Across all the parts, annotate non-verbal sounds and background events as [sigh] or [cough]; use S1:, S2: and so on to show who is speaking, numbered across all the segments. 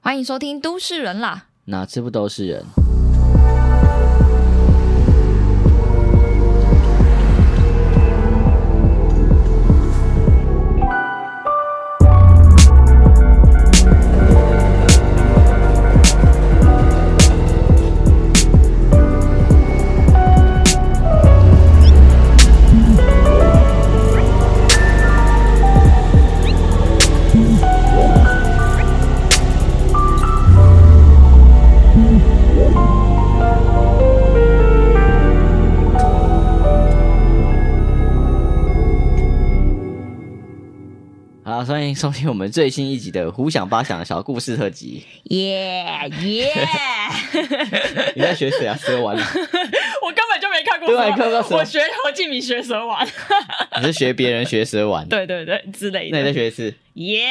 S1: 欢迎收听《都市人》啦。
S2: 哪次不都是人？好，欢迎收听我们最新一集的《胡想八想的小故事特辑
S1: 耶耶！》。
S2: 你在学谁啊？蛇丸啊？
S1: [laughs] 我根本就没看过
S2: 对啊蛇丸你看不到蛇我
S1: 学侯敬明学蛇丸，
S2: 你是学别人学蛇丸？
S1: 对对对之类
S2: 那你再学一次。
S1: 耶！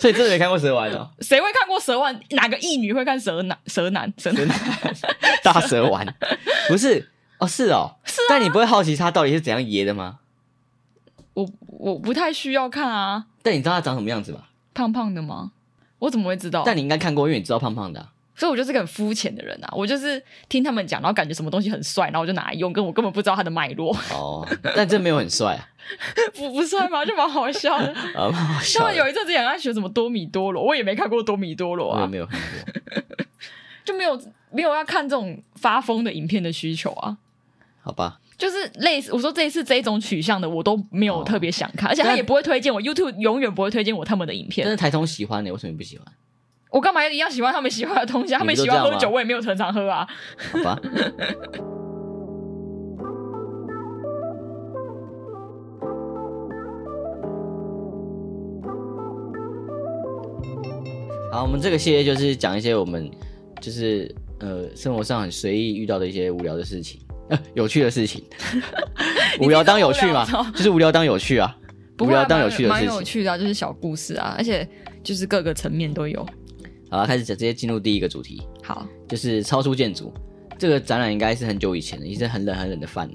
S2: 所以真的没看过蛇丸哦，
S1: 谁会看过蛇丸？哪个异女会看蛇男？蛇男？蛇
S2: 真的大蛇丸不是哦，是哦，
S1: 是啊
S2: 但你不会好奇他到底是怎样爷的吗？
S1: 我我不太需要看啊，
S2: 但你知道他长什么样子吧？
S1: 胖胖的吗？我怎么会知道？
S2: 但你应该看过，因为你知道胖胖的啊、
S1: 所以我就是个很肤浅的人啊，我就是听他们讲，然后感觉什么东西很帅，然后我就拿来用，跟我根本不知道它的脉络， [laughs]
S2: 哦， [laughs] 但真没有很帅啊，
S1: 不不帅吗？就蛮好笑的。
S2: 啊，蛮好
S1: 他
S2: [laughs] 笑
S1: 们有
S2: 的。
S1: 一阵子也很爱学什么多米多罗，我也没看过多米多罗
S2: 我也
S1: 啊，
S2: 没有看过，
S1: 就没有没有要看这种发疯的影片的需求啊。
S2: 好吧？
S1: 就是类似我说这一次这一种取向的，我都没有
S2: 哦
S1: 特别想看，而且他
S2: 但
S1: 也不会推荐我，YouTube 永远不会推荐我他们的影
S2: 但
S1: 片。
S2: 是台通喜欢欸你，为什么你不喜欢？
S1: 我干嘛一定要喜欢他们喜欢的东西？他们喜欢
S2: 你们都
S1: 喝
S2: 这样
S1: 酒，
S2: 吗
S1: 我也没有常常喝啊。
S2: 好
S1: [laughs]
S2: 吧？好，我们这个系列就是讲一些我们就是呃生活上很随意遇到的一些无聊的事情， [laughs] 呃有趣的事情，无聊当有趣嘛
S1: [laughs] 你自己说无聊，
S2: 就是无聊当有趣啊，
S1: 不
S2: 无
S1: 会啊
S2: 聊当有
S1: 蛮
S2: 趣的
S1: 蛮
S2: 事
S1: 有
S2: 情。
S1: 趣的啊、就是小故事啊，而且就是各个层面都有。
S2: 好了，开始直接进入第一个主题，
S1: 好，
S2: 就是超出建筑这个展览应该是很久以前的，已经是很冷很冷的饭了。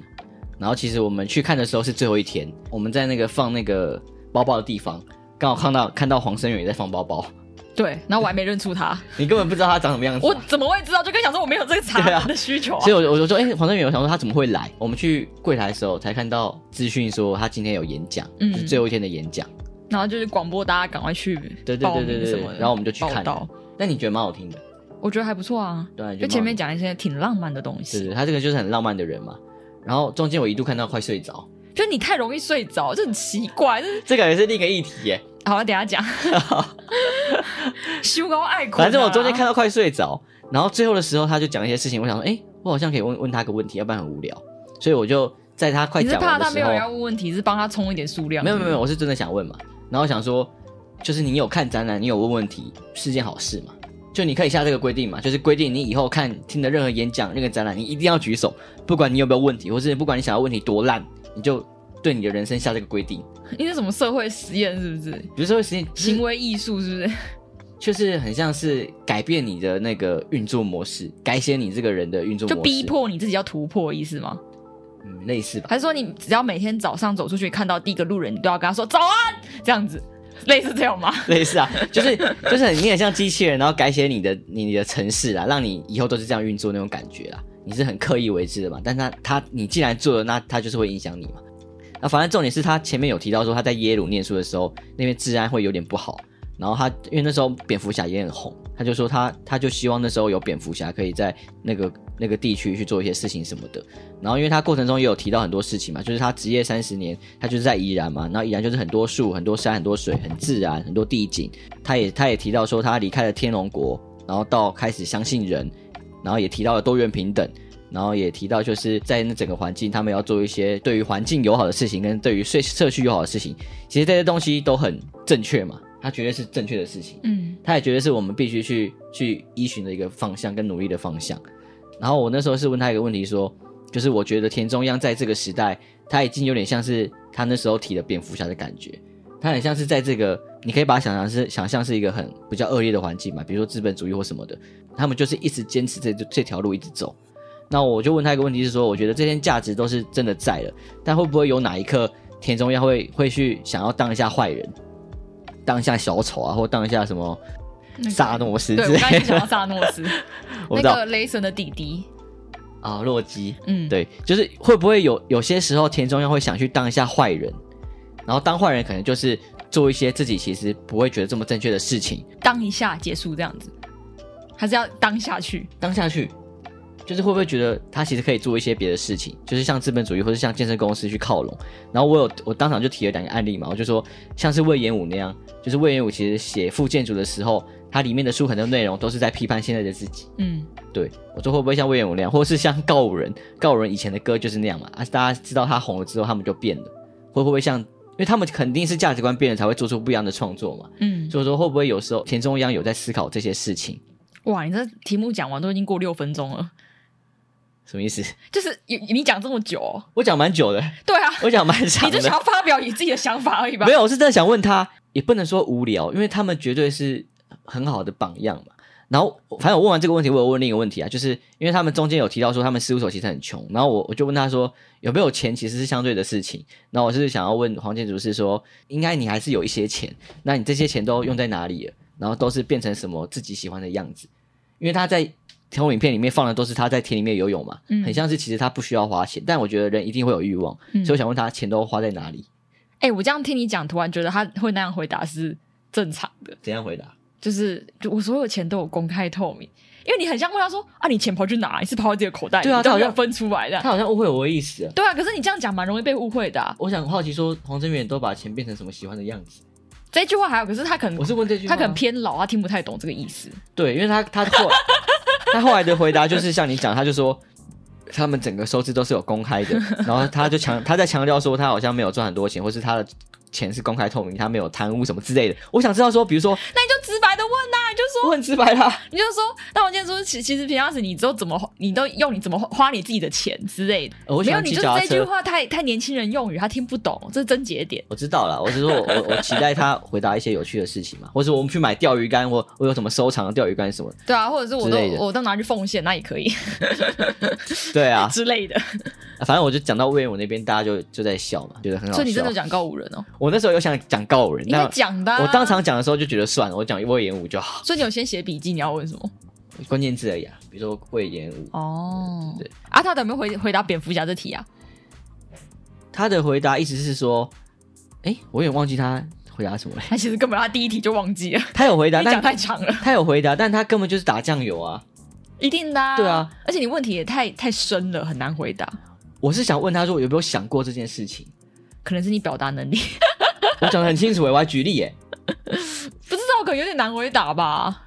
S2: 然后其实我们去看的时候是最后一天，我们在那个放那个包包的地方，刚好看到看到黄生远也在放包包，
S1: 对，然后我还没认出他，
S2: [laughs] 你根本不知道他长什么样子
S1: 我
S2: 啊、
S1: 怎么会知道？就跟你讲说我没有这个
S2: 对
S1: 查
S2: 啊
S1: 的需求啊
S2: 所以。我我就说，哎、黄生远，我想说他怎么会来？我们去柜台的时候才看到资讯说他今天有演讲，
S1: 嗯
S2: 就是最后一天的演讲。
S1: 然后就是广播大家赶快去
S2: 对对
S1: 报
S2: 对
S1: 名
S2: 对
S1: 什
S2: 对
S1: 么的，
S2: 然后我们就去看
S1: 报道，
S2: 那你觉得蛮好听的？
S1: 我觉得还不错啊。
S2: 对啊，你觉
S1: 就
S2: 得
S1: 前面
S2: 蛮好
S1: 讲一些挺浪漫的东
S2: 听的，对
S1: 西，
S2: 对，他这个就是很浪漫的人嘛。然后中间我一度看到快睡着，
S1: 就你太容易睡着，这很奇怪。就是
S2: 这感觉是另一个议题耶。
S1: 好了，等一下
S2: [laughs]
S1: 讲。修高爱困啊
S2: 反正我中间看到快睡着，然后最后的时候他就讲一些事情，我想说，哎、我好像可以问问他个问题，要不然很无聊。所以我就在他快
S1: 你是
S2: 讲
S1: 怕
S2: 完的
S1: 他没
S2: 时
S1: 有
S2: 候
S1: 人，要问问题，是帮他充一点数量？
S2: 没有没有没有，我是真的想问嘛。然后我想说，就是你有看展览，你有问问题，是件好事嘛。就你可以下这个规定嘛，就是规定你以后看听的任何演讲、任何展览，你一定要举手，不管你有没有问题，或是不管你想要问题多烂，你就对你的人生下这个规定。
S1: 有，你是什么社会实验是不是？
S2: 比如说，实际
S1: 行为艺术是不是？
S2: 就是很像是改变你的那个运作模式，改写你这个人的运作模
S1: 就
S2: 式，
S1: 逼迫你自己要突破，意思吗？
S2: 嗯，
S1: [laughs]
S2: 类似吧。
S1: 还是说你只要每天早上走出去看到第一个路人，你都要跟他说早安，这样子，类似这样吗？
S2: 类似啊，就是就是很你很像机器人，然后改写你的你的城市啦，让你以后都是这样运作那种感觉啦。你是很刻意为之的嘛，但他他你既然做了，那他就是会影响你嘛。那反正重点是他前面有提到说他在耶鲁念书的时候，那边治安会有点不好，然后他因为那时候蝙蝠侠也很红，他就说他他就希望那时候有蝙蝠侠可以在那个那个地区去做一些事情什么的。然后因为他过程中也有提到很多事情嘛，就是他职业三十年，他就是在宜兰嘛，然后宜兰就是很多树、很多山、很多水，很自然，很多地景。他也他也提到说，他离开了天龙国，然后到开始相信人，然后也提到了多元平等，然后也提到就是在那整个环境，他们要做一些对于环境友好的事情，跟对于社社区友好的事情。其实这些东西都很正确嘛，他绝对是正确的事情。
S1: 嗯，
S2: 他也觉得是我们必须去去依循的一个方向跟努力的方向。然后我那时候是问他一个问题说，就是我觉得田中央在这个时代，他已经有点像是他那时候提的蝙蝠侠的感觉，他很像是在这个，你可以把它想象是想象是一个很比较恶劣的环境嘛，比如说资本主义或什么的，他们就是一直坚持这这条路一直走。那我就问他一个问题是说，我觉得这些价值都是真的在了，但会不会有哪一刻田中央会会去想要当一下坏人，当一下小丑啊，或当一下什么
S1: 那个
S2: 萨诺斯
S1: 对，
S2: 之
S1: 我刚才
S2: 类
S1: 就想到
S2: 的，
S1: 萨诺斯，
S2: 我
S1: 那
S2: 不知道
S1: 个雷神的弟弟，
S2: [laughs] 啊，洛基，
S1: 嗯，，
S2: 对，就是会不会有有些时候田中央会想去当一下坏人，然后当坏人可能就是做一些自己其实不会觉得这么正确的事情，
S1: 当一下结束这样子，还是要当下去，
S2: 当下去，就是会不会觉得他其实可以做一些别的事情，就是向资本主义或者向健身公司去靠拢。然后我有我当场就提了两个案例嘛，我就说像是魏延武那样，就是魏延武其实写《复建筑》的时候，它里面的书很多内容都是在批判现在的自己。
S1: 嗯，
S2: 对我说会不会像魏延武那样，或是像告五人，告五人以前的歌就是那样嘛，啊，大家知道他红了之后，他们就变了，会会不会像？因为他们肯定是价值观变了，才会做出不一样的创作嘛。
S1: 嗯，
S2: 所以说，会不会有时候田中央有在思考这些事情？
S1: 哇，你这题目讲完都已经过六分钟了，
S2: 什么意思？ [laughs]
S1: 就是你你讲这么久哦、
S2: 我讲蛮久的，
S1: 对
S2: [laughs]
S1: 啊，
S2: 我讲蛮长
S1: 你就想
S2: 的，
S1: 要发表你自己的想法而已吧
S2: 没？有，我是真的想问他，也不能说无聊，因为他们绝对是很好的榜样嘛。然后，反正我问完这个问题，我有问另一个问题啊，就是因为他们中间有提到说他们事务所其实很穷，然后我我就问他说有没有钱其实是相对的事情。然后我是想要问黄建筑是说，应该你还是有一些钱，那你这些钱都用在哪里了？然后都是变成什么自己喜欢的样子？因为他在投影片里面放的都是他在田里面游泳嘛，
S1: 嗯
S2: 很像是其实他不需要花钱，但我觉得人一定会有欲望，
S1: 嗯
S2: 所以我想问他钱都花在哪里？
S1: 哎、我这样听你讲，突然觉得他会那样回答是正常的，
S2: 怎样回答？
S1: 就是就我所有钱都有公开透明，因为你很像问他说啊，你钱跑去哪？你是跑到自己的口袋里，
S2: 对啊
S1: 你都
S2: 他好
S1: 没有
S2: 像
S1: 分出来的
S2: [laughs] 他。好像误会我的意思了。
S1: 对啊，可是你这样讲蛮容易被误会的啊、
S2: 我想好奇说，黄真远都把钱变成什么喜欢的样子？
S1: 这句话还有，可是他可能
S2: 我是问这句话
S1: 他
S2: 吗，
S1: 可能偏老，他听不太懂这个意思。
S2: 对，因为他他后他后来的回答就是像你讲，他就说他们整个收支都是有公开的，然后他就强他在强调说他好像没有赚很多钱，或是他的钱是公开透明，他没有贪污什么之类的。我想知道说，比如说
S1: 那你就直白的问呐、你就说
S2: 我很直白啦，
S1: 你就说，那我今天说，其其实平常时你都怎么花，你都用你怎么花你自己的钱之类的。
S2: 呃我
S1: 没
S2: 喜
S1: 有，
S2: 欢
S1: 你
S2: 骑
S1: 就是
S2: 脚踏
S1: 这
S2: 车
S1: 句话太太年轻人用语，他听不懂，这是症结点。
S2: 我知道了，我只是说我我我期待他回答一些有趣的事情嘛，或者我们去买钓鱼竿，我我有什么收藏的钓鱼竿什么的？
S1: 对啊，或者是我
S2: 之
S1: 都
S2: 类的
S1: 我都拿去奉献，那也可以
S2: [laughs] 对啊，
S1: 之类的。
S2: 反正我就讲到魏延武那边，大家就就在笑嘛，觉得很好笑。
S1: 所以你真的讲告五人哦，
S2: 我那时候有想讲告人，
S1: 应该
S2: 但
S1: 讲的、啊。
S2: 我当，场讲的时候就觉得算了，我讲魏延武就好，
S1: 所以你有先写笔记，你要问
S2: [laughs]
S1: 什么？
S2: 关键字而已啊。比如说魏延武，
S1: 哦，
S2: 对对
S1: 啊，他有没有回回答蝙蝠侠这题啊？
S2: 他的回答意思是说，哎，我有点忘记他回答什么了。 [laughs]
S1: 他其实根本他第一题就忘记了，
S2: 他有回答，
S1: 你讲
S2: 但
S1: 太长了，
S2: 他有回答，但他根本就是打酱油啊。
S1: 一定的、啊。
S2: 对啊，
S1: 而且你问题也太太深了，很难回答。
S2: 我是想问他说有没有想过这件事情，
S1: 可能是你表达能力 [laughs]
S2: 我讲的很清楚、欸诶我还举例耶、诶
S1: 不知道，可能有点难回答吧。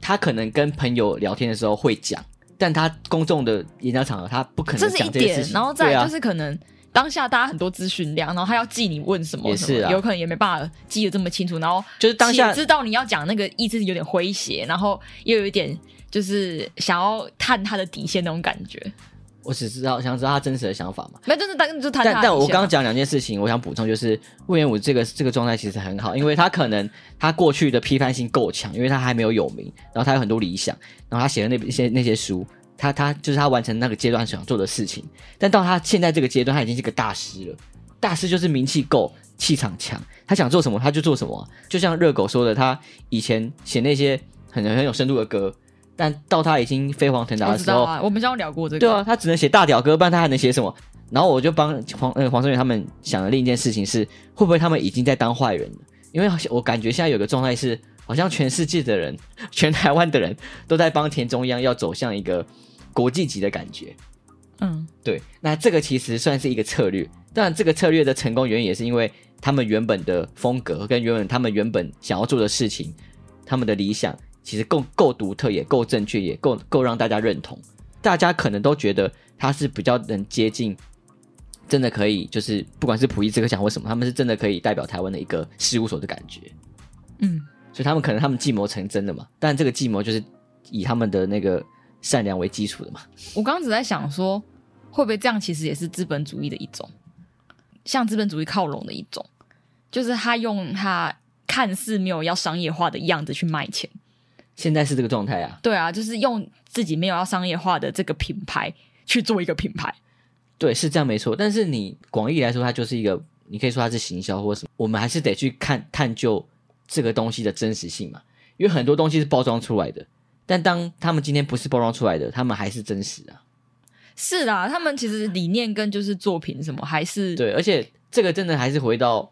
S2: 他可能跟朋友聊天的时候会讲，但他公众的演讲场合他不可
S1: 这是
S2: 能
S1: 一
S2: 讲这件事
S1: 点，
S2: 情。
S1: 然后再
S2: 对
S1: 来
S2: 啊
S1: 就是可能当下大家很多资讯量，然后他要记你问什么
S2: 也
S1: 什么，
S2: 是啊
S1: 有可能也没办法记得这么清楚，然后
S2: 就是当下
S1: 且知道你要讲那个意思有点诙谐，然后又有一点就是想要探他的底线那种感觉，
S2: 我只知道想知道他真实的想法嘛。
S1: 没有，就是当就探他的
S2: 但
S1: 底线
S2: 但我刚刚讲两件事情，我想补充就是魏延武这个这个状态其实很好，因为他可能他过去的批判性够强，因为他还没有有名，然后他有很多理想，然后他写的那一些那些书，他他就是他完成那个阶段想做的事情，但到他现在这个阶段，他已经是个大师了。大师就是名气够，气场强，他想做什么他就做什么啊、就像热狗说的，他以前写那些很很有深度的歌，但到他已经飞黄腾达
S1: 我
S2: 的
S1: 知
S2: 时
S1: 道
S2: 候，
S1: 啊，我们刚刚聊过这个，
S2: 对啊，他只能写大屌哥，不然他还能写什么？然后我就帮黄呃黄胜元他们想的另一件事情是，会不会他们已经在当坏人了？因为好像我感觉现在有个状态是，好像全世界的人、全台湾的人都在帮田中央要走向一个国际级的感觉。
S1: 嗯，
S2: 对，那这个其实算是一个策略，当然这个策略的成功原因也是因为他们原本的风格跟原本他们原本想要做的事情，他们的理想其实够够独特，也够正确，也够够让大家认同。大家可能都觉得他是比较能接近，真的可以就是不管是溥仪这个奖或什么，他们是真的可以代表台湾的一个事务所的感觉。
S1: 嗯，
S2: 所以他们可能他们计谋成真的嘛，但这个计谋就是以他们的那个善良为基础的嘛。
S1: 我刚刚只在想说，会不会这样其实也是资本主义的一种，向资本主义靠拢的一种，就是他用他看似没有要商业化的样子去卖钱。
S2: 现在是这个状态啊，
S1: 对啊，就是用自己没有要商业化的这个品牌去做一个品牌。
S2: 对，是这样没错。但是你广义来说，它就是一个，你可以说它是行销或什么，我们还是得去看探究这个东西的真实性嘛，因为很多东西是包装出来的，但当他们今天不是包装出来的，他们还是真实啊。
S1: 是啦，他们其实理念跟就是作品什么还是
S2: 对，而且这个真的还是回到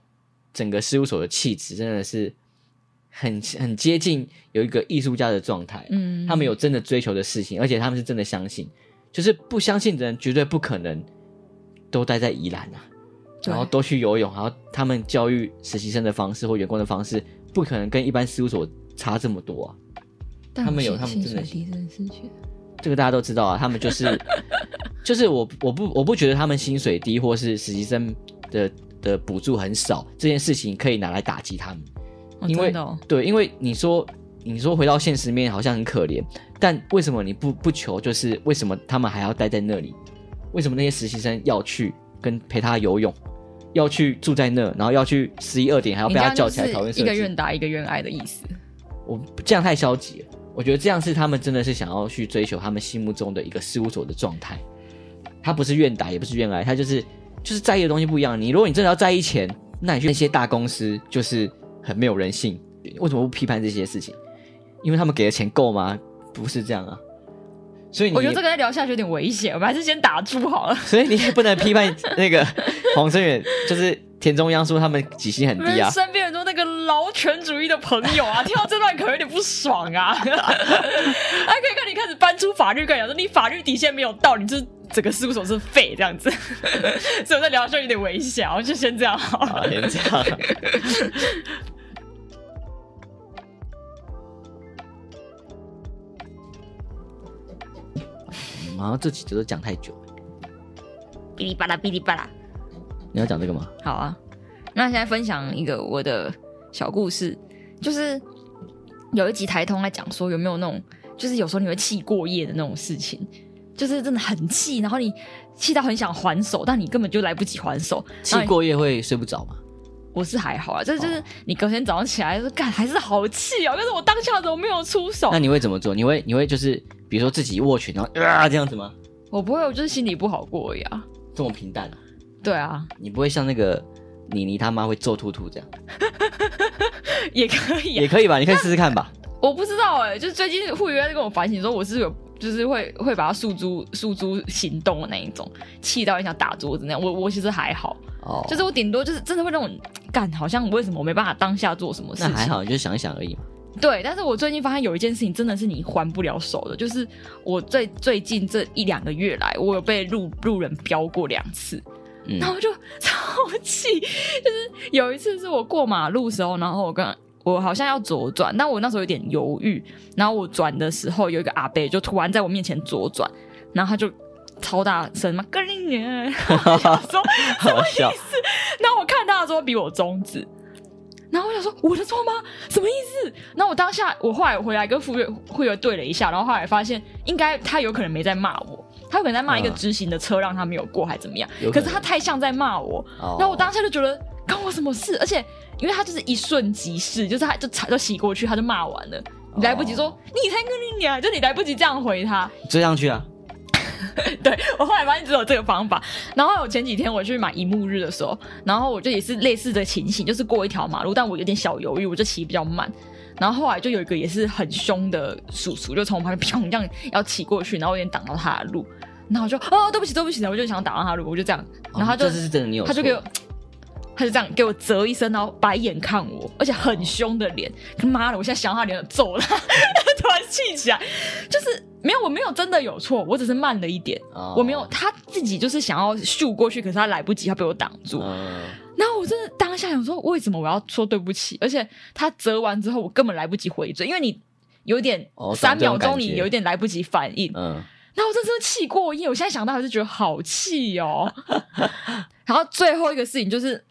S2: 整个事务所的气质，真的是很很接近有一个艺术家的状态。啊
S1: 嗯，
S2: 他们有真的追求的事情，而且他们是真的相信，就是不相信的人绝对不可能都待在宜兰啊，
S1: 对
S2: 然后都去游泳，然后他们教育实习生的方式或员工的方式，不可能跟一般事务所差这么多啊。
S1: 但
S2: 他们有
S1: 薪
S2: 他们真的
S1: 薪水低真的是觉得
S2: 这个大家都知道啊，他们就是就是我我不我不觉得他们薪水低或是实习生的的补助很少这件事情可以拿来打击他们，
S1: 哦
S2: 因为
S1: 真的哦
S2: 对，因为你说你说回到现实面好像很可怜，但为什么你不不求？就是为什么他们还要待在那里？为什么那些实习生要去跟陪他游泳，要去住在那，然后要去十一二点还要
S1: 你
S2: 被
S1: 这
S2: 他
S1: 样
S2: 叫
S1: 就
S2: 起来讨论
S1: 是
S2: 设
S1: 一个
S2: 计？
S1: 愿打一个愿挨的意思。
S2: 我这样太消极了。我觉得这样是他们真的是想要去追求他们心目中的一个事务所的状态。他不是愿打，也不是愿挨，他就是就是在意的东西不一样。你如果你真的要在意钱，那你去那些大公司就是很没有人性。为什么不批判这些事情？因为他们给的钱够吗？不是这样啊。所以你
S1: 我觉得这个再聊下去有点危险，我们还是先打住好了。
S2: 所以你也不能批判那个黄生远，就是田中央说他们底薪很
S1: 我
S2: 低啊
S1: 们。身边很多那个劳权主义的朋友啊，听到这段可能有点不爽啊。 [laughs] 他可以看你开始搬出法律概念，说你法律底线没有到，你就是整个事务所是废这 [laughs] 样子。所以我在聊下去有点危险啊，我就先这样好了。
S2: 啊，先这样。嗯 [laughs] 好像这几集都讲太久了，
S1: [laughs] 哔哩吧啦，哔哩吧啦。
S2: 你要讲这个吗？
S1: 好啊，那现在分享一个我的小故事，就是有一集台通在讲说有没有那种，就是有时候你会气过夜的那种事情，就是真的很气，然后你气到很想还手，但你根本就来不及还手。
S2: 气过夜会睡不着吗？
S1: 我是还好啊，这
S2: 哦
S1: 就是你隔天早上起来就是干还是好气啊，但是我当下怎么没有出手
S2: 那？你会怎么做？你会你会就是比如说自己握拳，然后啊这样子吗？
S1: 我不会，我就是心里不好过而已啊。
S2: 这么平淡啊、
S1: 对啊，
S2: 你不会像那个妮妮他妈会揍兔兔这样，
S1: 也可以、啊，
S2: 也可以吧？你可以试试看吧。
S1: 我不知道哎、就是最近护理员在跟我反省说，我是有就是会会把它诉诸诉诸行动的那一种，气到很想打桌子那样。我我其实还好，
S2: 哦，
S1: [laughs] 就是我顶多就是真的会那种干，好像为什么我没办法当下做什么事
S2: 那
S1: 情？
S2: 还好，你就想一想而已嘛。
S1: 对，但是我最近发现有一件事情真的是你还不了手的，就是我最最近这一两个月来，我有被路路人飙过两次， [laughs]
S2: 嗯
S1: 然后我就超气，就是有一次是我过马路时候，然后我跟我好像要左转，但我那时候有点犹豫，然后我转的时候有一个阿伯就突然在我面前左转，然后他就超大声嘛，跟你娘， [laughs] 我想说
S2: 好笑，
S1: 然后我看他的时候比我中指，然后我想说我的错吗？什么意思？然后我当下我后来回来跟副月会员对了一下，然后后来发现应该他有可能没在骂我，他有可能在骂一个
S2: 嗯
S1: 直行的车让他没有过还怎么样，
S2: 有
S1: 可
S2: 可
S1: 是
S2: 能
S1: 他太像在骂我，
S2: [laughs] 哦
S1: 然后我当下就觉得关我什么事？而且因为他就是一瞬即逝，就是他就擦就洗过去，他就骂完了。你来不
S2: 哦
S1: 及说，你才跟你娘，就你来不及这样回他。
S2: 追上去啊。
S1: 对我后来发现只有这个方法。然后我前几天我去买一幕日的时候，然后我就也是类似的情形，就是过一条马路，但我有点小犹豫，我就骑比较慢。然后后来就有一个也是很凶的叔叔，就从我旁边 [laughs] 砰这样要骑过去，然后我有点挡到他的路，然后我就哦对不起对不起，然后我就想挡到他的路，我就这样，然后他就、
S2: 哦这次是真的，你有
S1: 他就
S2: 错
S1: 给我，他就这样给我啧一声，然后白眼看我，而且很凶的脸。妈的，我现在想他脸揍他， [laughs] 突然气起来，就是没有，我没有真的有错，我只是慢了一点。
S2: 哦
S1: 我没有，他自己就是想要秀过去，可是他来不及，他被我挡住。
S2: 嗯
S1: 然后我真的当下想说，为什么我要说对不起？而且他折完之后，我根本来不及回嘴，因为你有点
S2: 哦
S1: 三
S2: 懂这
S1: 秒
S2: 种
S1: 钟，
S2: 感
S1: 你
S2: 觉
S1: 有点来不及反应。
S2: 嗯，
S1: 然后我真的是气过夜，我现在想到还是觉得好气哦。 [laughs] 然后最后一个事情就是，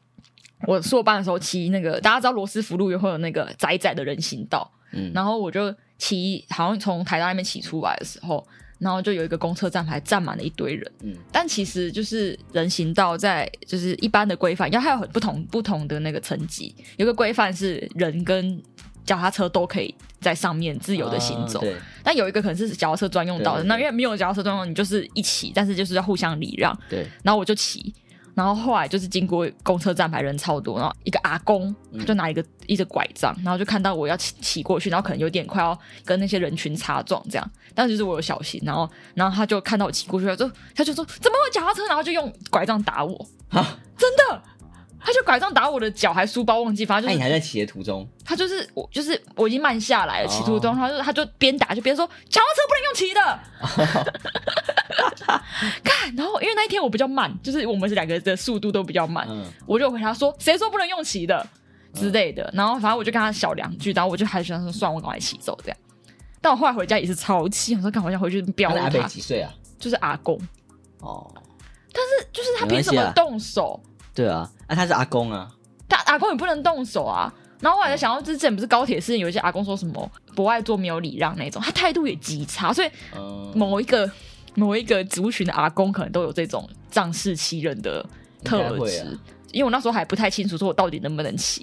S1: 我硕班的时候骑那个，大家知道罗斯福路也会有那个窄窄的人行道，
S2: 嗯
S1: 然后我就骑，好像从台大那边骑出来的时候，然后就有一个公车站牌站满了一堆人。
S2: 嗯
S1: 但其实就是人行道在就是一般的规范，要还有很不同不同的那个层级，有一个规范是人跟脚踏车都可以在上面自由的行走
S2: 啊。对，
S1: 但有一个可能是脚踏车专用道的，
S2: 对对对
S1: 那因为没有脚踏车专用，你就是一起，但是就是要互相礼让。
S2: 对，
S1: 然后我就骑，然后后来就是经过公车站牌人超多，然后一个阿公
S2: 嗯
S1: 他就拿一个、一只拐杖，然后就看到我要骑骑过去，然后可能有点快要跟那些人群擦撞这样，但是就是我有小心，然后然后他就看到我骑过去，他就他就说怎么会有脚踏车，然后就用拐杖打我，
S2: 啊
S1: 真的，他就拐杖打我的脚还书包忘记，反正 [laughs]
S2: 那、
S1: 就是
S2: 你还在骑的途中，
S1: 他就是我，就是我已经慢下来了，
S2: 哦
S1: 骑途中，他就他就边打就边说脚踏车不能用骑的。
S2: [laughs]
S1: 看，然后因为那一天我比较慢，就是我们是两个的速度都比较慢，
S2: 嗯，
S1: 我就回他说谁说不能用骑的之类的，
S2: 嗯
S1: 然后反正我就跟他小两句，然后我就还想说算了我赶快骑走这样。但我后来回家也是超气，我说赶快回去飙
S2: 那阿北
S1: 他，
S2: 几岁啊？
S1: 就是阿公，
S2: 哦，
S1: 是就是他凭什
S2: 没关系
S1: 么
S2: 啊
S1: 动手？
S2: 对啊，啊他是阿公啊，
S1: 他阿公也不能动手啊。然后后来
S2: 嗯
S1: 才想到，之前不是高铁事件，有一些阿公说什么不爱做没有礼让那种，他态度也极差，所以
S2: 嗯，
S1: 某一个某一个族群的阿公可能都有这种仗势欺人的特
S2: 应该会
S1: 质。
S2: 啊
S1: 因为我那时候还不太清楚，说我到底能不能骑，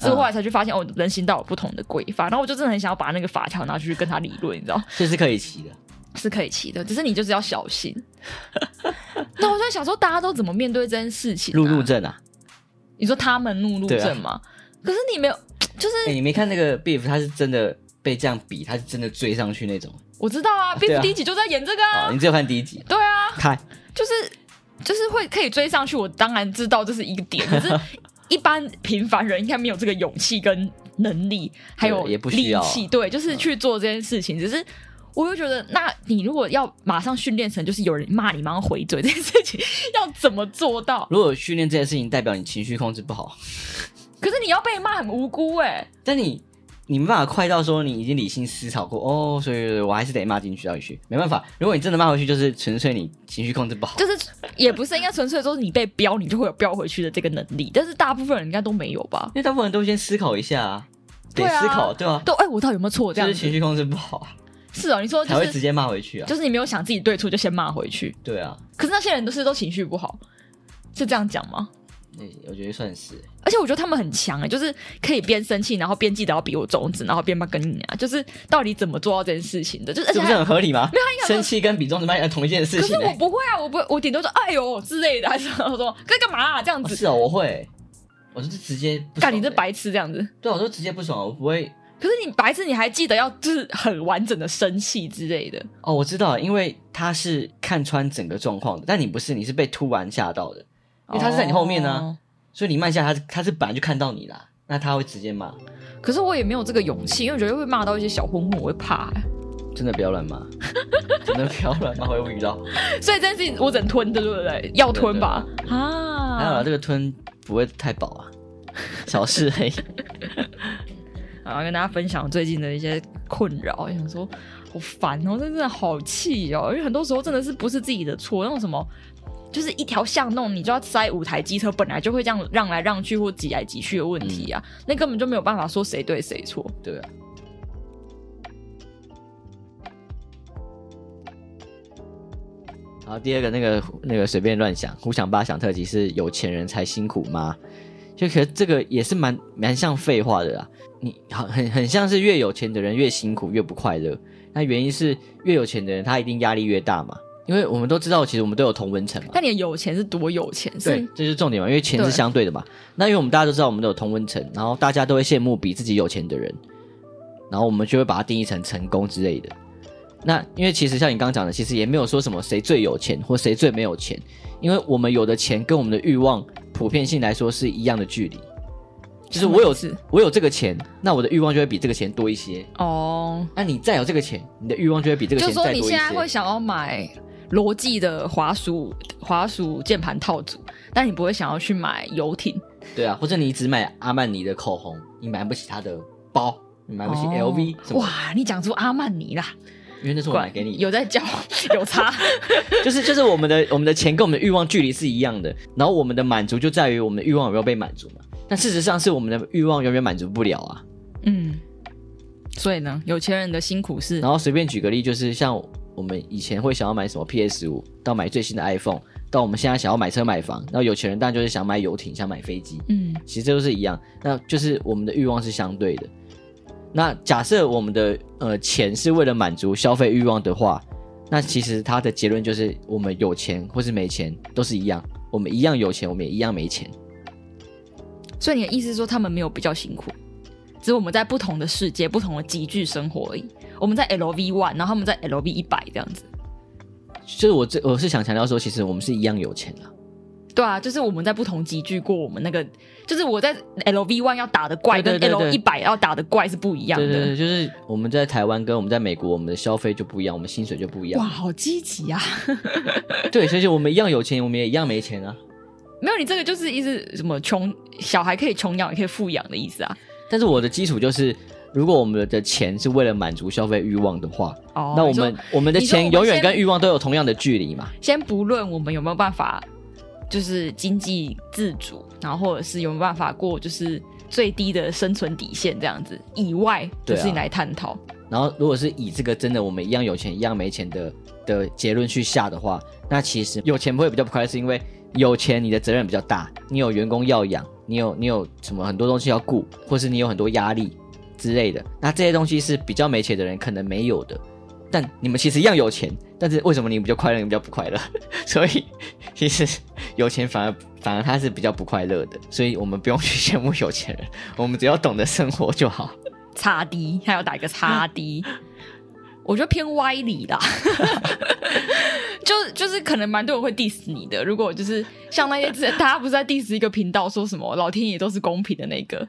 S1: 所以
S2: 嗯
S1: 我后来才去发现，哦，人行道有不同的规范。然后我就真的很想要把那个法条拿去跟他理论，你知道，
S2: 这是可以骑的，
S1: 是可以骑的，只是你就是要小心。 [laughs] 那我就在想说，大家都怎么面对这件事情、啊？
S2: 路怒症啊。
S1: 你说他们怒路
S2: 对啊
S1: 症吗？可是你没有，就是
S2: 哎、你没看那个 Beef，他是真的被这样比，他是真的追上去那种。
S1: 我知道啊
S2: 对
S1: ，Beef
S2: 啊
S1: 第一集就在演这个
S2: 哦，
S1: 啊，
S2: 你只有看第一集，
S1: 对啊，
S2: 看
S1: 就是就是会可以追上去，我当然知道这是一个
S2: [laughs]
S1: 点，可是一般平凡人应该没有这个勇气跟能力，还有
S2: 也不需
S1: 力
S2: 要啊
S1: 气，对，就是去做这件事情，只是。我就觉得，那你如果要马上训练成就是有人骂你马上回嘴这件事情， [laughs] 要怎么做到？
S2: 如果训练这件事情代表你情绪控制不好，
S1: 可是你要被骂很无辜哎、
S2: 但你你没办法快到说你已经理性思考过哦，所以我还是得骂进去到底去，没办法。如果你真的骂回去，就是纯粹你情绪控制不好。
S1: 就是也不是应该纯粹说你被飙，你就会有飙回去的这个能力，但是大部分人应该都没有吧？
S2: 因为大部分人都先思考一下啊，得
S1: 对啊
S2: 思考，对啊，
S1: 都哎、我到底有没有错？这
S2: 就
S1: 样
S2: 是
S1: 子
S2: 情绪控制不好啊，
S1: 是哦，你说
S2: 才
S1: 就
S2: 会直
S1: 是
S2: 接骂回去啊。
S1: 就是你没有想自己对错就先骂回去，
S2: 对啊，
S1: 可是那些人都是都情绪不好，是这样讲吗？
S2: 那我觉得算是
S1: 而且我觉得他们很强哎、就是可以边生气，然后边记得要比我中指，然后边骂跟你啊，就是到底怎么做到这件事情的？就是而且
S2: 这不
S1: 还
S2: 是很合理吗
S1: 应该？说
S2: 生气跟比中指骂要同一件事
S1: 可
S2: 情
S1: 是我
S2: 欸
S1: 不会啊，我不会，我顶多说哎呦之类 [laughs] 的，还是说说这干嘛、啊、这样
S2: 哦
S1: 子？
S2: 是哦，我会，我是哦直接不
S1: 干
S2: 爽
S1: 你这
S2: 的
S1: 白痴这样子。
S2: 对，我就直接不爽，我不会
S1: 可是你白痴，你还记得要就是很完整的生气之类的，
S2: 哦，我知道了，因为他是看穿整个状况的，但你不是，你是被突然吓到的，因为他是在你后面呢、啊
S1: 哦
S2: 所以你慢下，他是他是本来就看到你啦，那他会直接骂，
S1: 可是我也没有这个勇气，因为我觉得会骂到一些小混混，我会怕、欸。
S2: 真的不要乱
S1: [laughs]
S2: 骂，真的不要乱骂，会遇到。
S1: 所以这件事情我只能吞的，对不对？要吞吧啊！
S2: 还好啦，这个吞不会太饱啊，小事而已。
S1: 然后跟大家分享最近的一些困扰，想说好烦哦，真的好气哦，因为很多时候真的是不是自己的错，那种什么。就是一条巷弄，你就要塞五台机车，本来就会这样让来让去或挤来挤去的问题啊，那根本就没有办法说谁对谁错。
S2: 对啊，然后第二个那个那个随便乱想，胡想八想特辑是有钱人才辛苦吗？就可这个也是蛮蛮像废话的啦。你很很很像是越有钱的人越辛苦越不快乐。那原因是越有钱的人他一定压力越大嘛，因为我们都知道其实我们都有同文层嘛。
S1: 但你的有钱是多有钱？
S2: 对
S1: 是，
S2: 这是重点嘛，因为钱
S1: 对
S2: 是相对的嘛。那因为我们大家都知道我们都有同温层，然后大家都会羡慕比自己有钱的人，然后我们就会把它定义成成功之类的。那因为其实像你刚刚讲的，其实也没有说什么谁最有钱或谁最没有钱，因为我们有的钱跟我们的欲望普遍性来说是一样的距离，就是我有
S1: 什么意思
S2: 我有这个钱，那我的欲望就会比这个钱多一些。
S1: 哦
S2: 那你再有这个钱，你的欲望就会比这个
S1: 就
S2: 钱
S1: 是说
S2: 再
S1: 你
S2: 多一
S1: 现在会
S2: 些。
S1: 想要买罗技的滑鼠滑鼠键盘套组，但你不会想要去买游艇，
S2: 对啊，或者你只买阿曼尼的口红，你买不起他的包，你买不起
S1: 哦
S2: LV、什么的
S1: 哇，你讲出阿曼尼啦，
S2: 因为那是我买给你的，
S1: 有在教 [laughs] 有
S2: [laughs]
S1: 差，
S2: 就是就是我们的我们的钱跟我们的欲望距离是一样的，然后我们的满足就在于我们的欲望有没有被满足嘛。但事实上是我们的欲望永远满足不了啊。
S1: 嗯。所以呢，有钱人的辛苦是
S2: 然后随便举个例，就是像我们以前会想要买什么 PS 五，到买最新的 iPhone，到我们现在想要买车买房，然后有钱人当然就是想买游艇，想买飞机，
S1: 嗯
S2: 其实这都是一样，那就是我们的欲望是相对的。那假设我们的呃钱是为了满足消费欲望的话，那其实它的结论就是我们有钱或是没钱都是一样，我们一样有钱，我们也一样没钱。
S1: 所以你的意思是说，他们没有比较辛苦，只是我们在不同的世界、不同的集聚生活而已。我们在 LV one，然后他们在 LV 一百这样子。
S2: 就是我这我是想强调说，其实我们是一样有钱啊。
S1: 对啊，就是我们在不同集聚过，我们那个就是我在 LV one 要打的怪
S2: 对
S1: 跟
S2: 对
S1: L
S2: 对对
S1: 一百要打的怪是不一样的。
S2: 对对对，就是我们在台湾跟我们在美国，我们的消费就不一样，我们薪水就不一
S1: 哇，
S2: 样。
S1: 好积极啊！
S2: 对，所以就我们一样有钱，我们也一样没钱啊。
S1: 没有，你这个就是意思什么穷小孩可以穷养也可以富养的意思啊。
S2: 但是我的基础就是，如果我们的钱是为了满足消费欲望的话，
S1: 哦，
S2: 那我
S1: 你说
S2: 们我们的
S1: 你说我
S2: 钱
S1: 们
S2: 永远
S1: 先
S2: 跟欲望都有同样的距离嘛。
S1: 先不论我们有没有办法，就是经济自主，然后或者是有没有办法过就是最低的生存底线这样子以外
S2: 对
S1: 的
S2: 啊
S1: 事情来探讨。
S2: 然后，如果是以这个真的我们一样有钱一样没钱的的结论去下的话，那其实有钱不会比较不快乐，是因为有钱你的责任比较大，你有员工要养，你有你有什么很多东西要顾，或是你有很多压力之类的。那这些东西是比较没钱的人可能没有的，但你们其实一样有钱，但是为什么你比较快乐，你比较不快乐？ [laughs] 所以其实有钱反而反而他是比较不快乐的，所以我们不用去羡慕有钱人，我们只要懂得生活就好。
S1: 擦低，他要打一个擦
S2: [laughs]
S1: 低，我觉得偏歪理啦。 [laughs] 就就是可能蛮多人会 diss 你的，如果就是像那些之大家不是在 diss 一个频道说什么老天爷都是公平的那个，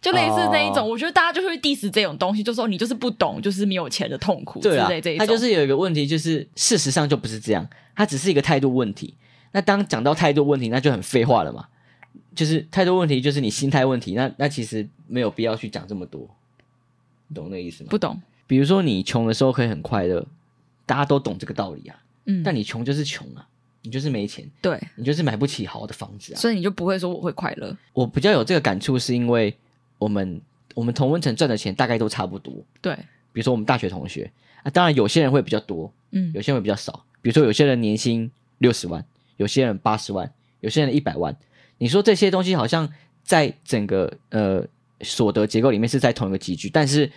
S1: 就类似那一种
S2: 哦
S1: 我觉得大家就会 diss 这种东西，就说你就是不懂，就是没有钱的痛苦之
S2: 对啊
S1: 类这一，种。
S2: 他就是有一个问题，就是事实上就不是这样，它只是一个态度问题。那当讲到态度问题，那就很废话了嘛。就是态度问题，就是你心态问题。那那其实没有必要去讲这么多，你懂那个意思吗？
S1: 不懂，
S2: 比如说你穷的时候可以很快乐，大家都懂这个道理啊。
S1: 嗯，
S2: 但你穷就是穷啊，你就是没钱，
S1: 对，
S2: 你就是买不起好的房子啊。
S1: 所以你就不会说我会快乐，
S2: 我比较有这个感触，是因为我们我们同温层赚的钱大概都差不多。
S1: 对，
S2: 比如说我们大学同学啊，当然有些人会比较多，
S1: 嗯
S2: 有些人会比较少。比如说有些人年薪六十万，有些人八十万，有些人一百万。你说这些东西好像在整个呃所得结构里面是在同一个集聚，但是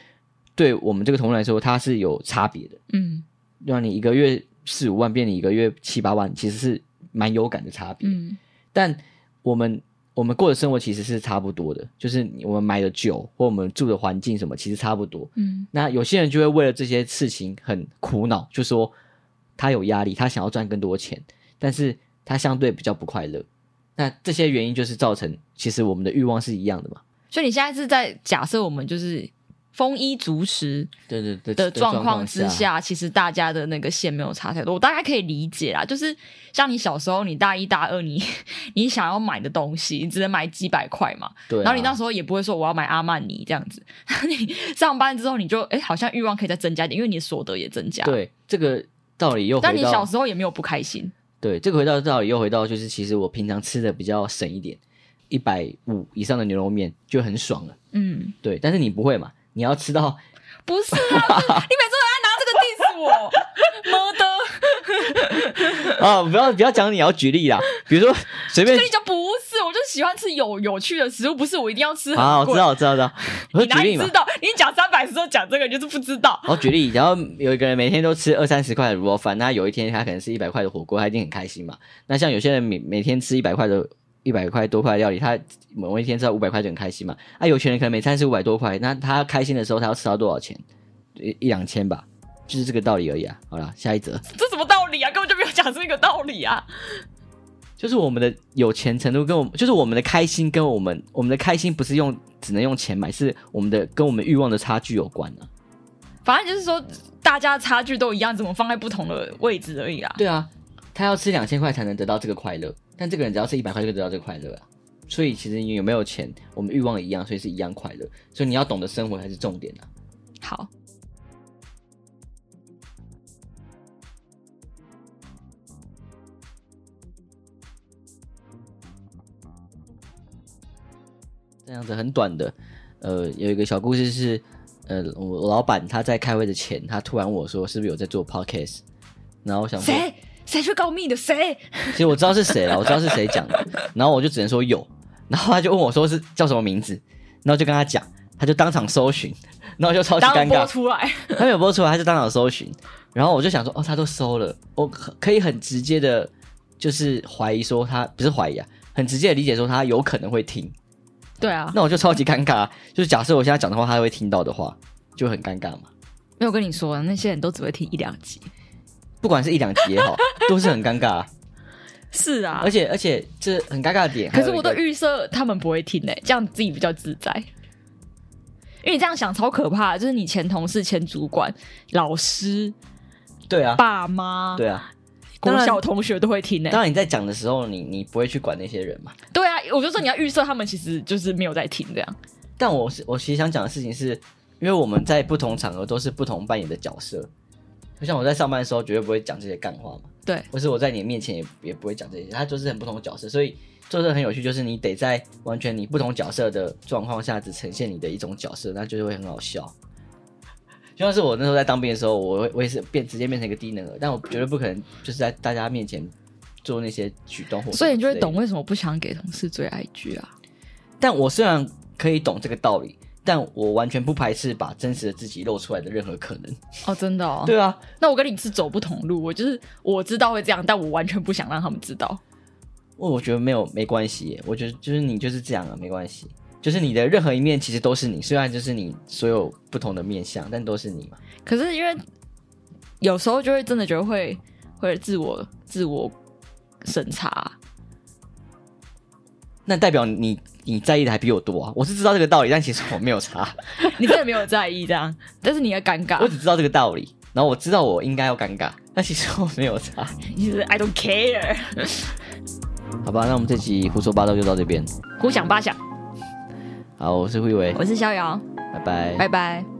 S2: 对我们这个同仁来说，它是有差别的。
S1: 嗯
S2: 让你一个月四五万变你一个月七八万，其实是蛮有感的差别。
S1: 嗯，
S2: 但我们我们过的生活其实是差不多的，就是你我们买的酒或我们住的环境什么，其实差不多。
S1: 嗯，
S2: 那有些人就会为了这些事情很苦恼，就说他有压力，他想要赚更多钱，但是他相对比较不快乐。那这些原因就是造成，其实我们的欲望是一样的嘛。
S1: 所以你现在是在假设我们就是丰衣足食
S2: 对对对
S1: 的状况之，下，其实大家的那个线没有差太多，我大概可以理解啦。就是像你小时候，你大一大二，你 [laughs] 你想要买的东西，你只能买几百块嘛，
S2: 对啊、
S1: 然后你那时候也不会说我要买阿曼尼这样子。 [laughs] 你上班之后，你就哎、好像欲望可以再增加一点，因为你的所得也增加。，
S2: 对这个道理又回到
S1: 但你小时候也没有不开心。
S2: 对这个回到道理又回到就是，其实我平常吃的比较省一点，一百五以上的牛肉面就很爽了。
S1: 嗯，
S2: 对，但是你不会嘛？你要吃到 [laughs]
S1: 不是啊，不是你每次都要拿这个 diss 我，么的，
S2: [laughs] 啊、不要不要讲你要举例啦，比如说随便
S1: 跟你讲不是，我就喜欢吃有有趣的食物，不是我一定要 [laughs] 吃很
S2: 啊，我
S1: 贵。
S2: 知道我知道我知道，我
S1: 你
S2: 说
S1: 哪
S2: 举例
S1: 里
S2: 嘛
S1: 知，道？你讲三百次都讲这个，你就是不知道。 [laughs]
S2: 我举例，然后有一个人每天都吃二三十块的卤肉饭，那有一天他可能是一百块的火锅，他一定很开心嘛。那像有些人每每天吃一百块的一百块多块的料理，他某一天吃到五百块就很开心嘛。啊，有些人可能每餐吃五百多块，那他开心的时候他要吃到多少钱？一一两千吧，就是这个道理而已啊。好啦，下一则
S1: 这什么道理啊？根本就没有讲这个道理啊！
S2: 就是我们的有钱程度跟我们，就是我们的开心跟我们我们的开心不是用只能用钱买，是我们的跟我们欲望的差距有关啊。
S1: 反正就是说，大家差距都一样，怎么放在不同的位置而已啦。
S2: 对啊，他要吃两千块才能得到这个快乐，但这个人只要吃一百块就可以得到这个快乐啊。所以其实你有没有钱，我们欲望也一样，所以是一样快乐。所以你要懂得生活才是重点啊。
S1: 好，
S2: 这样子很短的，呃，有一个小故事是，呃，我我老板他在开会的前，他突然问我说是不是有在做 podcast，然后我想说，
S1: 谁谁去告密的？谁？
S2: 其实我知道是谁了，我知道是谁讲的，然后我就只能说有，然后他就问我说是叫什么名字，然后就跟他讲，他就当场搜寻，然后就超级
S1: 当
S2: 尴尬
S1: 播，出来，
S2: 他没有播出来，他就当场搜寻。然后我就想说，哦，他都搜了，我可可以很直接的就是怀疑说他不是怀疑啊，很直接的理解说他有可能会听，
S1: 对啊，
S2: 那我就超级尴尬啊。就是假设我现在讲的话，他会听到的话，就很尴尬嘛。
S1: 没有跟你说，那些人都只会听一两集。
S2: 不管是一两集也好， [laughs] 都是很尴尬啊、
S1: 是啊
S2: 而，且而且这很尴尬的点，
S1: 可是我
S2: 都
S1: 都预设他们不会听诶、这样自己比较自在。因为你这样想超可怕的，就是你前同事、前主管、老师、
S2: 对啊，
S1: 爸妈、
S2: 对啊。
S1: 国
S2: 当然
S1: 小同学都会听诶、欸
S2: 当然你在讲的时候，你你不会去管那些人嘛。
S1: 对啊，我就说你要预设他们其实就是没有在听这样。
S2: 但我是我其实想讲的事情是，因为我们在不同场合都是不同扮演的角色。就像我在上班的时候，绝对不会讲这些干话嘛，
S1: 对，
S2: 或是我在你面前也也不会讲这些，它就是很不同的角色，所以做这很有趣，就是你得在完全你不同角色的状况下，只呈现你的一种角色，那就会很好笑。就像是我那时候在当兵的时候，我会我也是变直接变成一个低能儿，但我绝对不可能就是在大家面前做那些举动或，
S1: 所以你就会懂。为什么不想给同事追 IG 啊？
S2: 但我虽然可以懂这个道理，但我完全不排斥把真实的自己露出来的任何可能。
S1: 哦，真的哦。
S2: 对啊，
S1: 那我跟你是走不同路，我就是我知道会这样，但我完全不想让他们知道。
S2: 我我觉得没有没关系耶，我觉得就是你就是这样啊，没关系。就是你的任何一面其实都是你，虽然就是你所有不同的面相，但都是你嘛。
S1: 可是因为有时候就会真的觉得会会自我自我审查，
S2: 那代表你你在意的还比我多啊！我是知道这个道理，但其实我没有查，
S1: [laughs] 你真的没有在意这样，但是你也尴
S2: 我
S1: 尬，
S2: 只知道这个道理，然后我知道我应该要尴尬，但其实我没有查。
S1: 你是 I don't care，
S2: 好吧，那我们这集胡说八道就到这边。
S1: 胡想八想，
S2: 好，我是慧维，
S1: 我是逍遥，
S2: 拜拜。
S1: 拜拜。